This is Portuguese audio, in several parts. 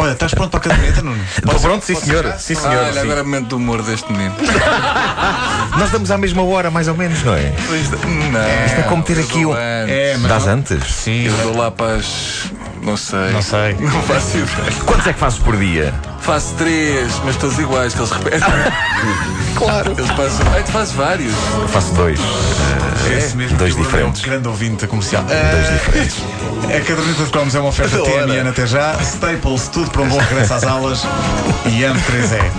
Olha, estás pronto para a caderneta, Nuno? Estou pronto, sim senhor. Sim senhor. Olha, sim. agora o momento do humor deste menino. Nós estamos à mesma hora, mais ou menos, não é? Não, isto É como ter aqui um. É, Das antes? Sim. eu dou lá para as. Não sei. Não sei. Não faço ideia. Quantos é que fazes por dia? Faço três, mas todos iguais, que eles repetem. claro. Eles passam. Ai, tu fazes vários. Eu faço dois. É Eh, Esse mesmo Dois figura diferentes. É um grande ouvinte comercial. Dois diferentes. A caderneta de cromos é uma oferta Adoro. TMN até já. Staples, tudo para um bom regresso às aulas. E M3E.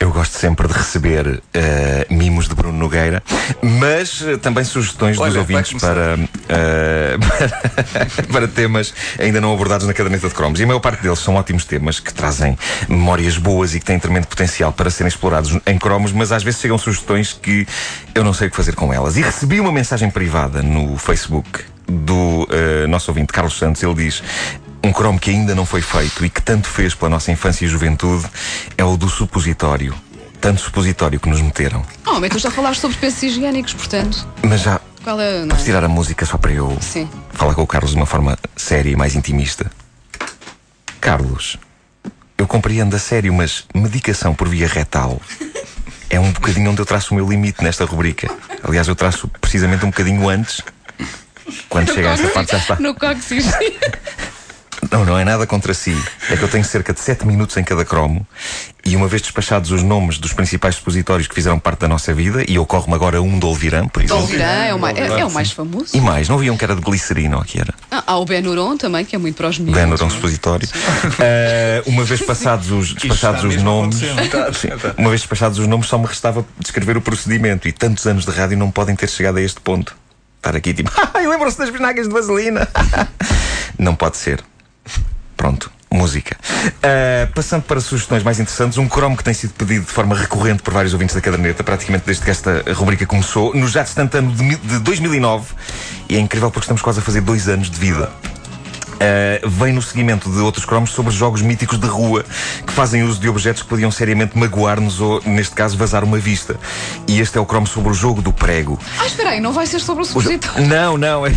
Eu gosto sempre de receber eh, mimos de Bruno Nogueira, mas eh, também sugestões Olha, dos vai ouvintes começar. para, eh, para, ah, para temas ainda não abordados na caderneta de cromos. E a maior parte deles são ótimos temas que trazem memórias boas e que têm tremendo potencial para serem explorados em cromos, mas às vezes chegam sugestões que eu não sei o que fazer com elas. E recebi uma mensagem privada no Facebook do eh, nosso ouvinte Carlos Santos. Ele diz. Um cromo que ainda não foi feito e que tanto fez pela nossa infância e juventude é o do supositório. Tanto supositório que nos meteram. Homem, tu Oh, já falaste sobre pensos higiênicos, portanto. Mas já. Qual é. Não Podes é? tirar a música só para eu Sim. falar com o Carlos de uma forma séria e mais intimista? Carlos, eu compreendo a sério, mas medicação por via retal é um bocadinho onde eu traço o meu limite nesta rubrica. Aliás, eu traço precisamente um bocadinho antes. Quando chega a esta parte já está. No cóccix. Não, não é nada contra si. É que eu tenho cerca de 7 minutos em cada cromo e uma vez despachados os nomes dos principais supositórios que fizeram parte da nossa vida, e ocorre-me agora um de Olvirão, por exemplo. Virá é o mais, é, é o mais famoso. E mais, não viam que era de glicerina ou que era? Ah, há o Benuron também, que é muito para os meninos. Banner é um supositório. Ah, uma vez passados os, despachados está os mesmo nomes. acontecendo. Sim, Tá, Uma vez despachados os nomes, só me restava descrever o procedimento. E tantos anos de rádio não podem ter chegado a este ponto. Estar aqui tipo, ah, lembram-se das vinagres de vaselina. não pode ser. Pronto, música. Ah, passando para sugestões mais interessantes, um cromo que tem sido pedido de forma recorrente por vários ouvintes da caderneta, praticamente desde que esta rubrica começou, no já distante ano de mil- de 2009. E é incrível porque estamos quase a fazer dois anos de vida. Uh, vem no seguimento de outros cromos sobre jogos míticos de rua que fazem uso de objetos que podiam seriamente magoar-nos ou, neste caso, vazar uma vista. E este é o cromo sobre o jogo do prego. Ah, espera aí, não vai ser sobre O o jo- supositório. Não, não. é-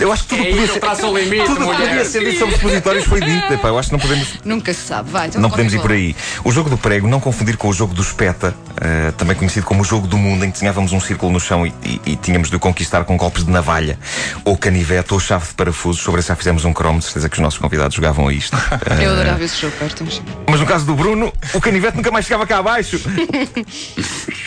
Eu acho que tudo podia ser. o limite, Tudo o que podia ser dito sobre supositórios foi dito. Epá, eu acho que não podemos Nunca se sabe, vai. então não podemos ir continua. por aí. O jogo do prego, não confundir com o jogo do espeta, eh, também conhecido como o jogo do mundo, em que desenhávamos um círculo no chão e, e- e tínhamos de o conquistar com golpes de navalha, ou canivete, ou chave de parafusos. Sobre isso já fizemos um cromo, de certeza que os nossos convidados jogavam a isto. Eh, Eu adorava esse jogo, cartões. mas no caso do Bruno, o canivete nunca mais chegava cá abaixo.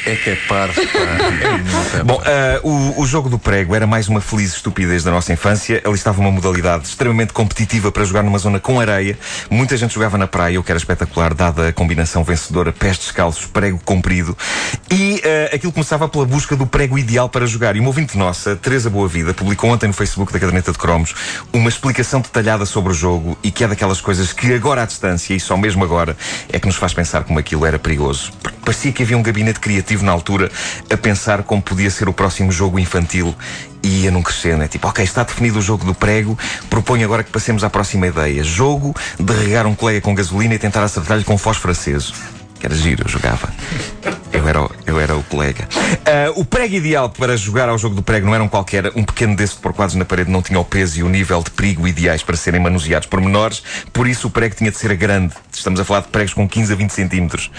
É que é parvo, pá. Bom, ah, o, o jogo do prego era mais uma feliz estupidez da nossa infância. Ali estava uma modalidade extremamente competitiva para jogar numa zona com areia. Muita gente jogava na praia, o que era espetacular, dada a combinação vencedora pés descalços, prego comprido. E ah, aquilo começava pela busca do prego ideal para jogar. E uma ouvinte nossa, Teresa Boa Vida, publicou ontem no Facebook da Caderneta de Cromos uma explicação detalhada sobre o jogo e que é daquelas coisas que agora à distância, e só mesmo agora, é que nos faz pensar como aquilo era perigoso. Porque Parecia que havia um gabinete criativo na altura a pensar como podia ser o próximo jogo infantil e ia num crescendo. É tipo, ok, está definido o jogo do prego, proponho agora que passemos à próxima ideia. Jogo de regar um colega com gasolina e tentar acertar-lhe com um fósforo aceso. Que era giro, eu jogava. Eu era, o- eu era o colega. Ah, o prego ideal para jogar ao jogo do prego não era um qualquer. Um pequeno desse de porquados na parede não tinha o peso e o nível de perigo ideais para serem manuseados por menores. Por isso o prego tinha de ser grande. Estamos a falar de pregos com 15 a 20 centímetros.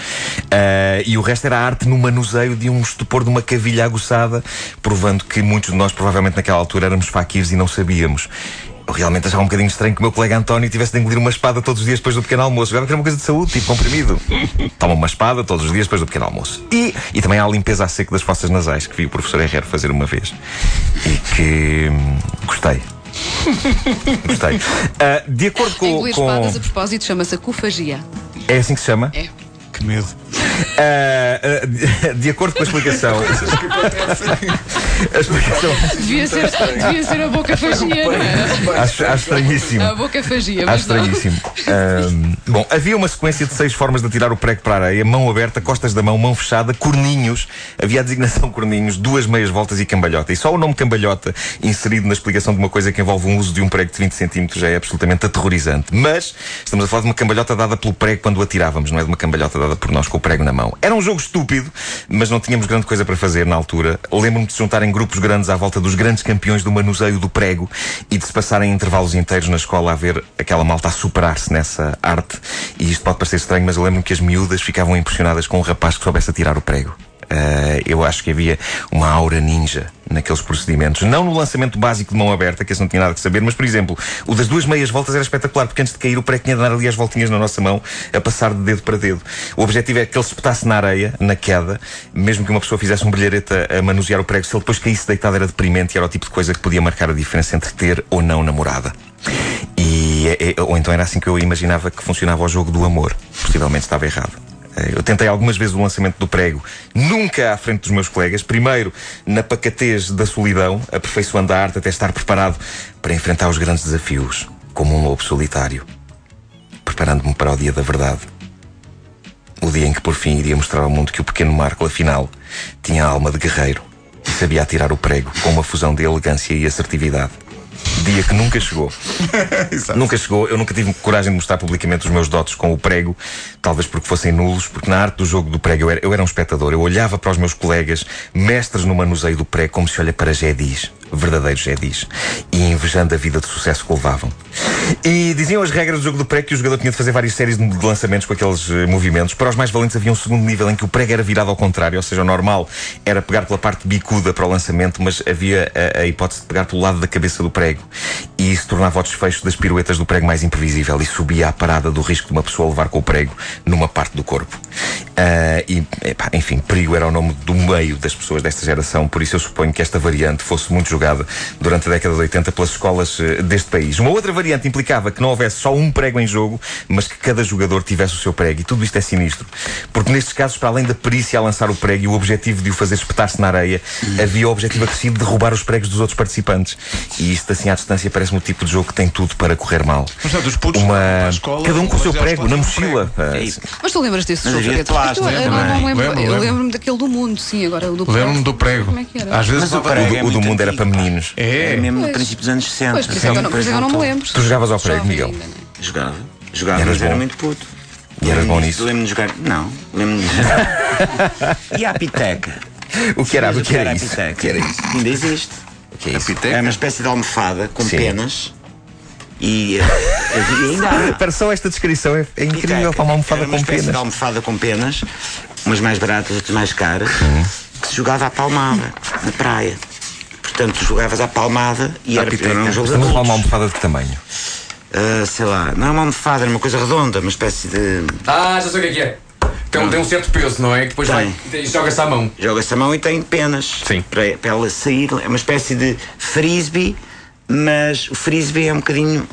Ah, e o resto era a arte no manuseio de um estupor de uma cavilha aguçada, provando que muitos de nós, provavelmente naquela altura, éramos faquires e não sabíamos. Eu realmente achava um bocadinho estranho que o meu colega António tivesse de engolir uma espada todos os dias depois do pequeno almoço. Agora que era uma coisa de saúde, tipo comprimido. Toma uma espada todos os dias depois do pequeno almoço. E, e também há a limpeza a seco das fossas nasais, que vi o professor Herrero fazer uma vez. E que hum, gostei. Gostei. Ah, de acordo com. Engolir com- espadas a propósito chama-se acufagia. É assim que se chama? É. Que medo. Ah, ah, de- de acordo com a explicação. a explicação. Devia ser, devia ser a boca fagia, não era? Acho, acho estranhíssimo. A boca fagia, Acho mas não. estranhíssimo. Ahm, bom, havia uma sequência de seis formas de atirar o prego para a areia: mão aberta, costas da mão, mão fechada, corninhos. Havia a designação corninhos, duas meias voltas e cambalhota. E só o nome cambalhota, inserido na explicação de uma coisa que envolve um uso de um prego de 20 centímetros, já é absolutamente aterrorizante. Mas estamos a falar de uma cambalhota dada pelo prego quando o atirávamos, não é de uma cambalhota dada por nós com o prego na mão. Era um jogo estúpido, mas não tínhamos grande coisa para fazer na altura. Lembro-me de se juntarem em grupos grandes à volta dos grandes campeões do manuseio do prego e de se passarem intervalos inteiros na escola a ver aquela malta a superar-se nessa arte. E isto pode parecer estranho, mas eu lembro-me que as miúdas ficavam impressionadas com um rapaz que soubesse atirar o prego. Eh, eu acho que havia uma aura ninja naqueles procedimentos. Não no lançamento básico de mão aberta, que esse não tinha nada que saber, mas, por exemplo, o das duas meias voltas era espetacular, porque antes de cair o prego tinha de dar ali as voltinhas na nossa mão, a passar de dedo para dedo. O objetivo é que ele se petasse na areia, na queda, mesmo que uma pessoa fizesse um brilharete a- a manusear o prego, se ele depois caísse deitado era deprimente e era o tipo de coisa que podia marcar a diferença entre ter ou não namorada. E, é- é- ou então era assim que eu imaginava que funcionava o jogo do amor. Possivelmente estava errado. Eh, Eu tentei algumas vezes o lançamento do prego, nunca à frente dos meus colegas. Primeiro, na pacatez da solidão, aperfeiçoando a arte até estar preparado para enfrentar os grandes desafios, como um lobo solitário. Preparando-me para o dia da verdade. O dia em que por fim iria mostrar ao mundo que o pequeno Marco, afinal, tinha a alma de guerreiro e sabia atirar o prego com uma fusão de elegância e assertividade. Dia que nunca chegou. Nunca chegou, eu nunca tive coragem de mostrar publicamente os meus dotes com o prego, talvez porque fossem nulos, porque na arte do jogo do prego eu era, eu era um espectador, eu olhava para os meus colegas, mestres no manuseio do prego, como se olha para Jedis, verdadeiros Jedis, e invejando a vida de sucesso que levavam. E diziam as regras do jogo do prego que o jogador tinha de fazer várias séries de de lançamentos com aqueles eh, movimentos. Para os mais valentes havia um segundo nível em que o prego era virado ao contrário, ou seja, o normal era pegar pela parte bicuda para o lançamento, mas havia a, a hipótese de pegar pelo lado da cabeça do prego. E isso tornava o desfecho das piruetas do prego mais imprevisível e subia à parada do risco de uma pessoa levar com o prego numa parte do corpo. Ah, e, epá, enfim, perigo era o nome do meio das pessoas desta geração, por isso eu suponho que esta variante fosse muito jogada durante a década de 80 pelas escolas eh, deste país. Uma outra variante implicava que não houvesse só um prego em jogo, mas que cada jogador tivesse o seu prego. E tudo isto é sinistro, porque nestes casos, para além da perícia a lançar o prego e o objetivo de o fazer espetar-se na areia, havia o objetivo acrescido de roubar os pregos dos outros participantes. E isto, assim à distância, parece-me o tipo de jogo que tem tudo para correr mal. Portanto, os putos vão para Uma... a escola, Cada um com o seu vão para a prego, na escola com o mochila. Ah, É isso. Mas tu lembras desse Mas jogo, havia Pedro? de plástico Eu, eu também. não lembro, Lembro, eu lembro. lembro-me daquele do mundo, sim, agora o do Lembro-me prego. do prego. Como é que era? Às vezes Mas o levava- O prego do, é o do muito mundo era para antigo. meninos. É É. mesmo no Pois. princípio dos anos 60. Pois, por isso é que eu não- por Depois isso é que eu não me voltou. lembro. Tu jogavas ao prego, Jovem Miguel? ainda, né? Jogava. Jogava, Eras mas era bom. muito puto. E eras bom Lembro-me nisso? disso, Lembro-me de jogar. Não, lembro-me de jogar. e a piteca? O que era, o que era a isso? piteca? O que era isso? Ainda existe. O que é isso? É uma espécie de almofada com Sim. penas. E eh, havia ainda há. Espera, só esta descrição é, é incrível Piteca. para uma almofada Era uma com espécie de penas. almofada com penas, umas mais baratas, outras mais caras, que se jogava à palmada, na praia. Portanto, tu jogavas à palmada e era, piteca. era um jogo de Estamos a falar de é uma adultos. almofada de que tamanho. Ah, sei lá, não era uma almofada, era uma coisa redonda, uma espécie de. Ah, já sei o que é que é. Tem, um- tem um certo peso, não é? Que depois Tem. vai e joga-se à mão. Joga-se a mão e tem penas. Sim. Para, para ela sair, é uma espécie de frisbee, mas o frisbee é um bocadinho.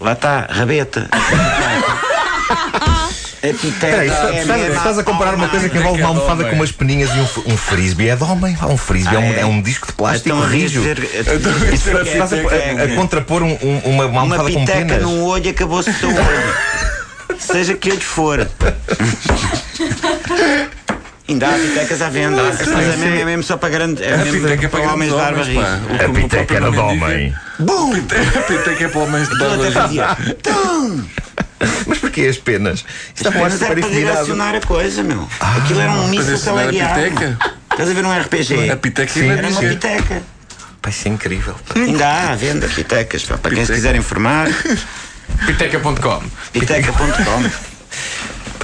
Lá está, rabeta. a piteca. Peraí, estás, é estás- mesmo Ah, estás a comparar uma coisa que palmada. envolve uma É que é de almofada homem. com umas peninhas e um, f- um frisbee. É de homem, há um frisbee, é, um, Ah, é? é um disco de plástico Então, em vez de rijo. dizer- Isso é- um Estás a, a- a contrapor um- um- uma, uma Uma almofada com piteca penas. num olho acabou-se o teu olho. um Seja que olho for. Ainda há pitecas à venda. Mas é mesmo, é mesmo só para grande. É A mesmo piteca é para para homens grandes de barba homens, rica. pá. A Como o piteca próprio era de nome homem. indica. A piteca é para homens de barba Aquilo até rica. fazia. Mas porquê as penas? Isto é uma Mas arte era para para infinidade. direcionar a coisa, meu. Ah, Aquilo era um míssil direcionar a salarial. é piteca? Estás a ver um A RPG? piteca Sim. é Era uma piteca. piteca. Pá, isso é incrível. pá. Ainda há à venda pitecas, pá, para quem se quiser informar, Piteca.com. piteca.com.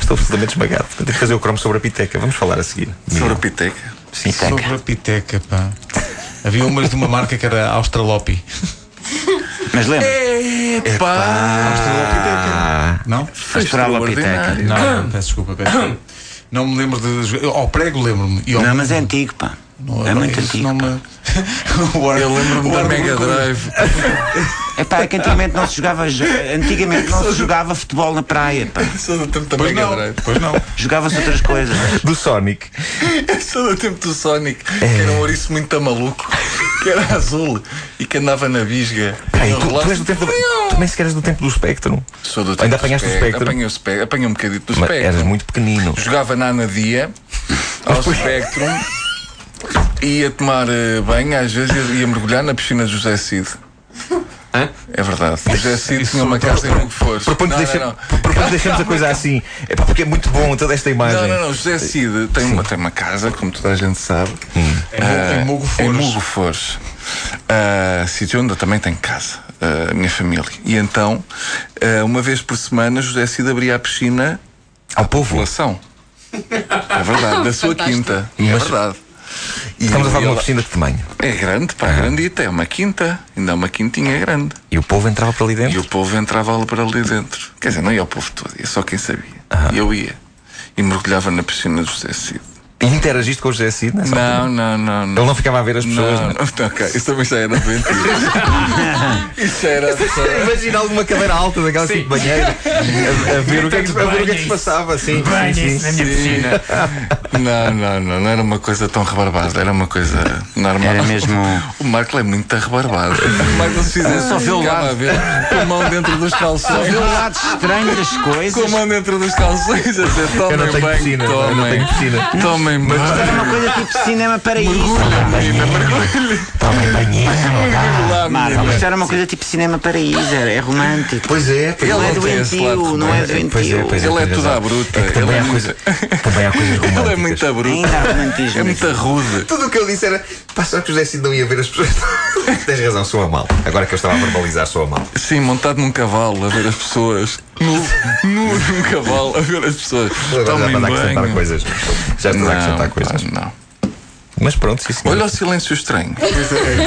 Estou absolutamente esmagado. Tenho que fazer o cromo sobre a piteca. Vamos falar a seguir. Sobre a piteca. Sim, Sobre a piteca, pá. Havia umas de uma marca que era Australopi. Mas lembra, Epá! Não? é pastoral a piteca. Não, peço desculpa, peço desculpa. Não me lembro de. jogar- Ao prego lembro-me. E ao- Não, mas é antigo, pá. não, é não, muito isso antigo. não me- O ar- Eu lembro-me o da ar- Mega Drive. É pá, é que antigamente não se jogava. jo- Antigamente não se jogava futebol na praia, pá. Só do tempo da Pois Mega não, Drive. pois não. Jogava-se outras coisas. Do Sonic. Só do tempo do Sonic. É. Que era um ouriço muito maluco. Que era azul. E que andava na bisga. Ei, Eu tu, tu rolava- és do tempo do, tu nem sequer és do tempo do Spectrum. Sou do tempo Ainda do apanhaste o Spectrum. Spectrum. Apanhei o Spectrum. Apanhei um bocadinho do Mas eras Spectrum. muito pequenino. Jogava na Anadia ao Spectrum. Ia tomar eh, banho às vezes ia, ia mergulhar na piscina de José Cid. Hã? É verdade. O José Cid isso tinha uma casa em Hugo Forte. Proponho que Não, deixe- não, não. proponho que deixemos a coisa assim. É pá, porque é muito bom toda esta Não, imagem. não, não. O José Cid tem uma, tem uma casa, como toda a gente sabe. Hum. Em É Mu- em Mugo Fores. Ah, Em é Mugo Fores. Ah, sítio onde eu também tenho casa, ah, a minha família. E então, ah, uma vez por semana, José Cid abria a piscina Ao povo. população. É verdade, da sua Fantástico. quinta. É Mas- verdade. E Estamos a falar de uma ela- piscina Ah. de tamanho. É grande, pá, grandita, é uma quinta. Ainda é uma quintinha grande. E o povo entrava para ali E dentro. o povo entrava lá para ali dentro. Quer dizer, não ia o povo todo, ia só quem sabia. E eu ia. E mergulhava na piscina do José Cid. E interagiste com o José Cid nessa altura? Não, não, não, não. Ele não ficava a ver as pessoas. Não, não. é? não, ok, isso também já era mentira. isso já era. é Imagina alguma cadeira alta daquela tipo de banheiro a, a ver o que é que, se- a ver o que é que se passava assim. sim, sim. Não, não, não, não era uma coisa tão rebarbada, era uma coisa normal. Era mesmo- O Marco é muito rebarbado. O Marco, se fizesse Só vê o ficava lado. a ver, com a mão dentro dos calções. O lado estranho das Com a coisas. mão dentro dos calções, a dizer, Eu não tomem tenho bem, piscina, tomem, eu não tenho piscina. tomem bem. É uma coisa tipo cinema paraíso. Mergulha, menina, mergulha. Mergulha lá, Marco, menina. isto era uma coisa tipo cinema paraíso, era, é romântico. Pois é, pois não ele é não tem esse lado doentio, não é também. doentio. Pois é, pois é. Ele é tens tudo razão. à bruta, É que também, ele há é coisa, também há coisas românticas. Ele é muito bruto. Ainda há romantismo. É muito rude. Tudo o que ele disse era. Pá, só que o José Cid não ia ver as pessoas. Tens razão, sou a mal. Agora que eu estava a verbalizar, sou a mal. Sim, montado num cavalo a ver as pessoas. Nu, nu num cavalo a ver as pessoas. Agora já Tomem estás a acrescentar bem. coisas. Já estás a acrescentar coisas. pá, não. Mas pronto, sim, senhor. Olha o silêncio estranho.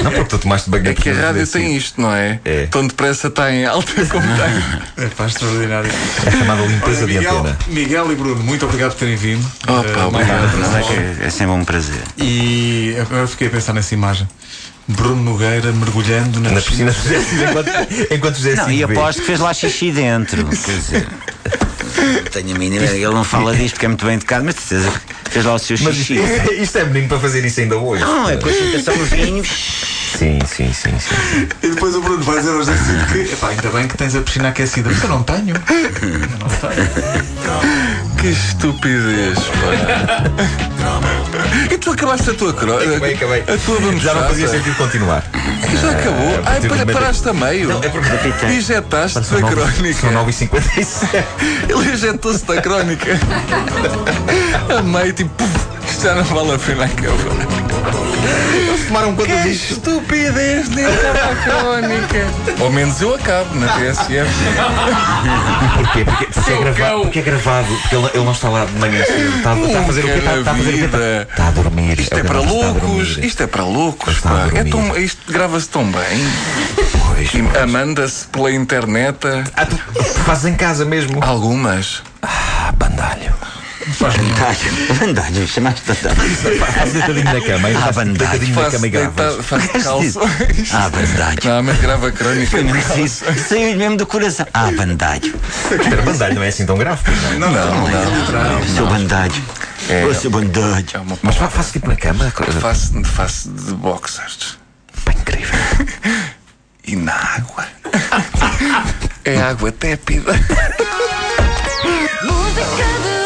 Não, porque tu tomaste banho É que a daquilo, rádio José Cid. tem isto, não é? É. Tão depressa está em alta como está. É pá, extraordinário. É chamada limpeza Olha, de Miguel, antena. Miguel e Bruno, muito obrigado por terem vindo. Oh, Eh, pá, mais obrigado. tarde, Mas não é? é que é sempre um prazer. E agora fiquei a pensar nessa imagem. Bruno Nogueira mergulhando na, Na piscina do José Cid, enquanto, enquanto o José Não, Cid e Assim vê. aposto que fez lá xixi dentro. Quer dizer, não tenho a mínima. Ele não fala disto porque é muito bem educado, mas de certeza que fez lá o seu Mas xixi. isto- isto é menino para fazer isso ainda hoje. Não, é concentração no vinho. Sim, sim, sim, sim. E depois o Bruno vai dizer ao José Cid que epá, ainda bem que tens a piscina aquecida, porque eu não tenho. Eu não tenho. Que estupidez, pá. E tu acabaste a tua croa. Acabei, acabei. A tua vamos Já não fazia sentido É, continuar. Já acabou. Ai, partir do para, momento- paraste a meio. é porque- Injetaste da nove- crónica. são 9h57. Ele injetou-se da crónica. A meio, tipo, puf, isto já não vale a pena acabar. Tomaram um quantas Que vezes? estupidez nem acaba a crónica. Ao menos eu acabo na TSF. Porquê? Porque, porque, é, Seu gravado, cão. porque é gravado, porque ele, ele não está lá de manhã cedo. Está, está a fazer o quê? Está, está a fazer o quê? Está, Nunca está a dormir. Isto o é que para ele está a loucos, dormir. isto é para loucos, Está a pá. É dormir. tão, isto grava-se tão bem. Pois. E Amanda-se pela internet. Ah, tu tu fazes em casa mesmo. Algumas. Ah, bandalho. Bandalho, bandalho, chamaste bandalho. Faz deitadinho na cama. Ah, faz bandalho. Deitadinho na Faço cama e gravas. deita- faço calções. Ah, bandalho. Normalmente grava crónica. Não fiz isso. Saiu-lhe mesmo do coração. Ah, bandalho. Espera, bandalho não é assim tão grave. pois não. Não, não, não. Seu bandalho. Ô, seu bandalho. É uma- Tá, Mas fa- faço tipo na cama. Pá, Faço, faço de boxers incrível. e na água. é água tépida. Música de